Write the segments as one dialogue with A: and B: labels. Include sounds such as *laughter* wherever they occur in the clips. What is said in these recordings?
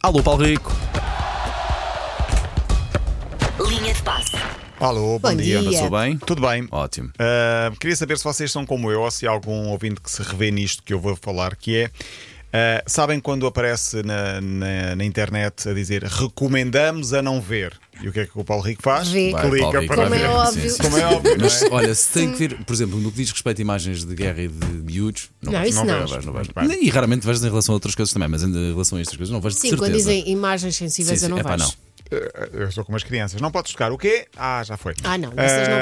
A: Alô, Paulo Rico.
B: Linha de passe.
C: Alô, bom,
D: Bom
C: dia.
D: dia.
A: Passou bem?
C: Tudo bem?
A: Ótimo.
C: Ah, queria saber se vocês são como eu ou se há algum ouvinte que se revê nisto que eu vou falar, que é. ah, sabem quando aparece na, na- na internet a dizer recomendamos a não ver? E o que é que o Paulo Rico faz?
D: Vê.
A: Vai,
C: Clica
A: Paulo Rico,
C: para
D: Como é
C: ver.
D: óbvio.
C: Como é óbvio, não é?
A: Mas olha, se tem que vir, por exemplo, no que diz respeito a imagens de guerra e de miúdos, não,
D: Não,
A: vejo.
D: isso
C: não
D: não.
C: vejo.
A: Vais, não
C: Muito
A: vais.
C: bem.
A: E raramente vejo em relação a outras coisas também, mas em relação a estas coisas não vejo de
D: Sim,
A: certeza.
D: quando dizem imagens sensíveis
A: Sim,
D: eu não
A: sim, epá,
D: vejo.
A: não.
C: Ah, Eu sou como as crianças. Não podes tocar. O quê? Ah, já foi.
D: Ah, não, vocês não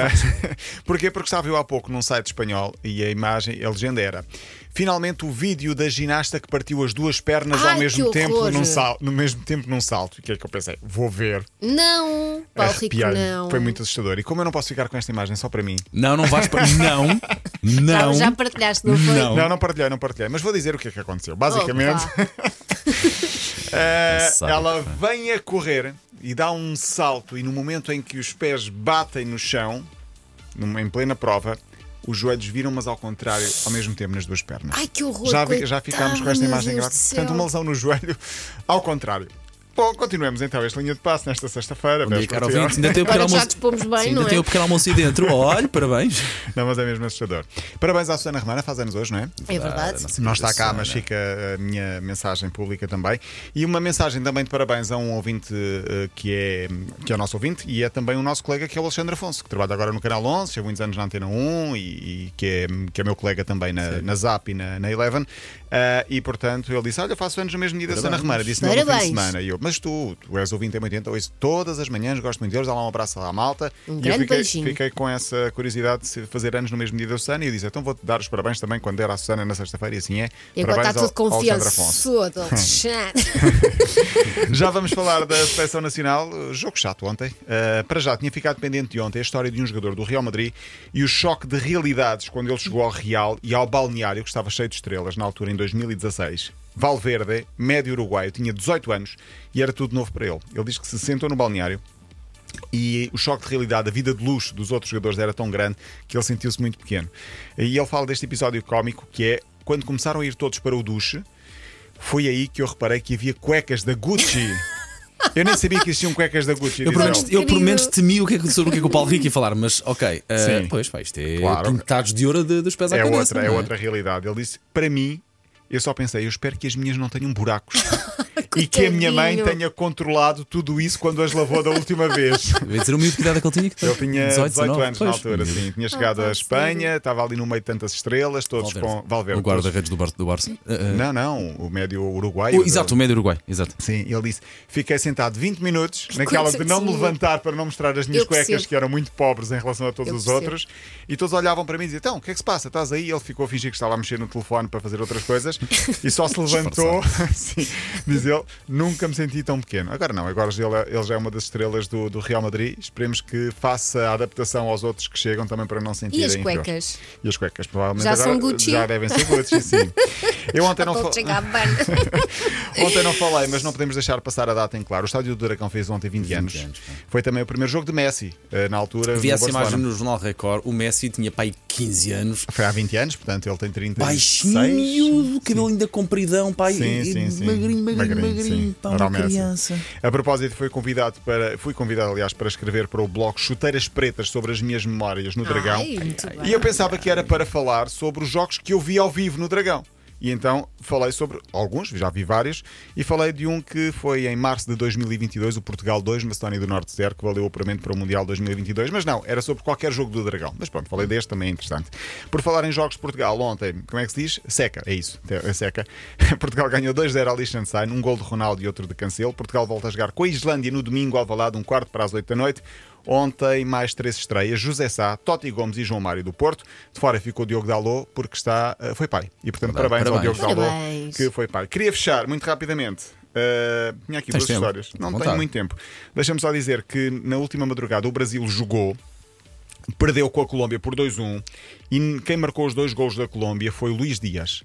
C: Ah, *laughs* Porquê? Porque estava eu há pouco num site espanhol e a imagem, a legenda era finalmente o vídeo da ginasta que partiu as duas pernas
D: Ai,
C: ao mesmo
D: que
C: tempo
D: horror.
C: num sal, no mesmo tempo num salto. E o que é que eu pensei? Vou ver.
D: Não, Paulo Rico,
C: Arrepiei-me.
D: não.
C: Foi muito assustador. E como eu não posso ficar com esta imagem só para mim?
A: Não, não vais para. Não, não.
D: Não, já partilhaste, não foi?
A: Não.
C: Não, não partilhei, não partilhei. Mas vou dizer o que é que aconteceu. Basicamente,
D: Opa.
C: Eh,
A: Sabe,
C: ela vem a correr e dá um salto, e no momento em que os pés batem no chão, num- em plena prova, os joelhos viram, mas ao contrário, ao mesmo tempo nas duas pernas.
D: Ai, que horror.
C: já, vi-
D: coitada,
C: já ficámos com esta
D: meu
C: imagem
D: Deus do
C: gravada.
D: céu.
C: Portanto, uma lesão no joelho, *laughs* ao contrário. Bom, continuemos então esta linha de passo nesta sexta-feira.
A: Bom dia,
C: dez para
A: caro
C: o senhor.
A: ouvinte. Ainda tem o pequeno
D: Agora já
A: almoço.
D: dispomos bem,
A: Sim,
D: não
A: ainda
D: é? um
A: tem o pequeno almoço aí dentro. Olha, parabéns.
C: Não, mas é mesmo assustador. Parabéns à Susana Romana, faz anos hoje, não é?
D: É
A: Ah,
D: verdade.
A: nossa
C: Não está
A: querida
C: cá, mas
A: Susana.
C: fica a minha mensagem pública também. E uma mensagem também de parabéns a um ouvinte eh, que é, que é o nosso ouvinte e é também o nosso colega que é o Alexandre Afonso, que trabalha agora no Canal 11, teve muitos anos na Antena 1 e, e que, é, que é meu colega também na, na Zap e na, na Eleven. Ah, e portanto ele disse: Olha, faço anos no mesmo dia da Sana
A: Parabéns.
C: Remara. Disse-me ele no fim de
D: Parabéns.
C: semana. E eu, mas tu, tu és ouvinte em 80, ouço todas as manhãs, gosto muito deles, dá lá um abraço à malta.
D: Um
C: e eu
D: grande
C: fiquei,
D: beijinho.
C: fiquei com essa curiosidade de se fazer anos no mesmo dia da Susana e eu disse: então vou-te dar os parabéns também quando era a Susana na sexta-feira, e assim é.
D: E agora está
C: parabéns
D: tudo
C: ao- ao Alexandre
D: confiança.
C: Afonso.
D: Sou do
C: *laughs*
D: Alexandre.
C: Já vamos falar da seleção nacional. Uh, Jogo chato ontem. Uh, para já, tinha ficado pendente de ontem a história de um jogador do Real Madrid e o choque de realidades quando ele chegou ao Real e ao balneário, que estava cheio de estrelas na altura, em 2016. Valverde, médio uruguaio, tinha 18 anos e era tudo novo para ele. Ele diz que se sentou no balneário e o choque de realidade, a vida de luxo dos outros jogadores era tão grande que ele sentiu-se muito pequeno. E ele fala deste episódio cómico que é quando começaram a ir todos para o duche, foi aí que eu reparei que havia cuecas da Gucci. Eu nem sabia que existiam cuecas da Gucci.
A: Eu,
C: diz
A: pelo
C: ele.
A: menos, eu, pelo
D: Querido.
A: menos, temi o que é que, sobre o que é que o Paulo Rico ia falar, mas ok. ah,
C: Sim.
A: pois, pá, isto é
C: Claro.
A: pintados de ouro de- dos pés à
C: é
A: cabeça.
C: outra, é
A: não
C: outra realidade. Ele disse: para mim, eu só pensei, eu espero que as minhas não tenham buracos e que a minha mãe
D: Coitadinho.
C: tenha controlado tudo isso quando as lavou da última vez.
A: Devia dizer o miúdo que idade é que ele tinha.
C: Ele tinha 18,
A: 19,
C: anos na
A: pois.
C: altura, sim. Tinha chegado
D: Ah,
C: à
D: pá,
C: Espanha, estava ali no meio de tantas estrelas, todos com Valverde. Eh,
A: O guarda-redes do, Bar do Barça. Ah, ah,
C: Não, não, o médio uruguaio.
A: o-
C: da-
A: exato, o médio uruguai. Exato.
C: Sim, ele disse: fiquei sentado 20 minutos naquela de não me
D: Coitadinho.
C: levantar para não mostrar as minhas
D: é Eu
C: cuecas,
D: percebo.
C: que eram muito pobres em relação a todos
D: Eu
C: os
D: percebo.
C: outros, e todos olhavam para mim e diziam: então, o que é que se passa? Estás aí? Ele ficou a fingir que estava a mexer no telefone para fazer outras coisas
D: *laughs*
C: e só se levantou, *laughs* sim, diz ele: nunca me senti tão pequeno. Agora não, agora ele, ele já é uma das estrelas do, do Real Madrid. Esperemos que faça a adaptação aos outros que chegam também para não sentirem.
D: E as
C: inferiores.
D: cuecas?
C: E as cuecas, provavelmente
D: Já
C: agora
D: são Gucci?
C: já devem ser Gucci,
D: *laughs*
C: sim. Eu ontem não,
D: Vou
C: fal-
D: chegar bem.
C: Ontem não falei, mas não podemos deixar passar a data em claro. O estádio do Duracão fez ontem 20, anos.
A: anos, pá.
C: Foi também o primeiro jogo de Messi, eh, na altura.
A: Vi
C: no
A: essa
C: Barcelona.
A: imagem no Jornal Record. O Messi tinha pai 15 anos.
C: Foi há 20 anos, portanto ele tem 36.
A: Baixinho, o cabelo ainda compridão, pai.
C: Sim,
A: e-
C: sim, sim.
A: Magrinho, magrinho, magrinho.
C: sim.
A: pá,
C: Era
A: uma
C: o Messi.
A: criança.
C: A propósito, fui convidado para, fui convidado, aliás, para escrever para o blog Chuteiras Pretas sobre as minhas memórias no Dragão.
D: Ai, muito bem.
C: E eu pensava que era para falar sobre os jogos que eu vi ao vivo no Dragão. E então falei sobre alguns, já vi vários, e falei de um que foi em março de 2022, o Portugal 2, Macedónia do Norte 0, que valeu o apuramento para o Mundial 2022, mas não, era sobre qualquer jogo do Dragão. Mas pronto, falei deste, também é interessante. Por falar em jogos de Portugal, ontem, como é que se diz? Seca, é isso, é seca. *laughs* Portugal ganhou 2-0 ao Liechtenstein, um gol de Ronaldo e outro de Cancelo. Portugal volta a jogar com a Islândia no domingo, ao Valado, um quarto para as 8 da noite. Ontem, mais três estreias: José Sá, Totti Gomes e João Mário do Porto. De fora ficou Diogo Dalot, porque está, eh, foi pai. E portanto,
A: Verdade,
C: parabéns, ao
A: parabéns.
C: Diogo Dalot,
D: Parabéns.
C: que foi pai. Queria fechar muito rapidamente. eh, tinha aqui
A: Tens
C: duas
A: tempo?
C: histórias.
A: À
C: Não
A: vontade.
C: tenho muito tempo. Deixa-me só dizer que na última madrugada o Brasil jogou um, perdeu com a Colômbia por 2-1 e quem marcou os dois gols da Colômbia foi o Luís Dias.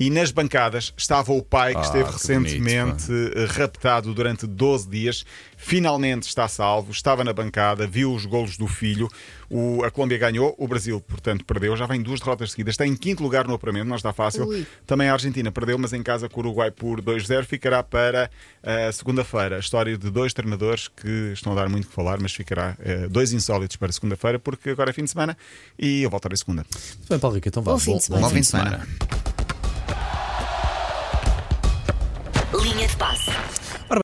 C: E nas bancadas estava o pai que
A: Ah,
C: esteve
A: que
C: recentemente eh, raptado durante 12 dias. Finalmente está salvo, estava na bancada, viu os golos do filho. O- a Colômbia ganhou, o Brasil, portanto, perdeu. Já vem duas derrotas seguidas. Está em quinto lugar no apuramento, não está fácil.
D: Ui.
C: Também a Argentina perdeu, mas em casa com o Uruguai por 2-0. Ficará para eh, segunda-feira. A história de dois treinadores que estão a dar muito o que falar, mas ficará eh, dois insólitos para segunda-feira, porque agora é fim de semana e eu voltarei segunda.
A: Bem, Paulo Rico, então vá.
D: Bom fim de semana.
C: Bom fim de semana.
A: semana.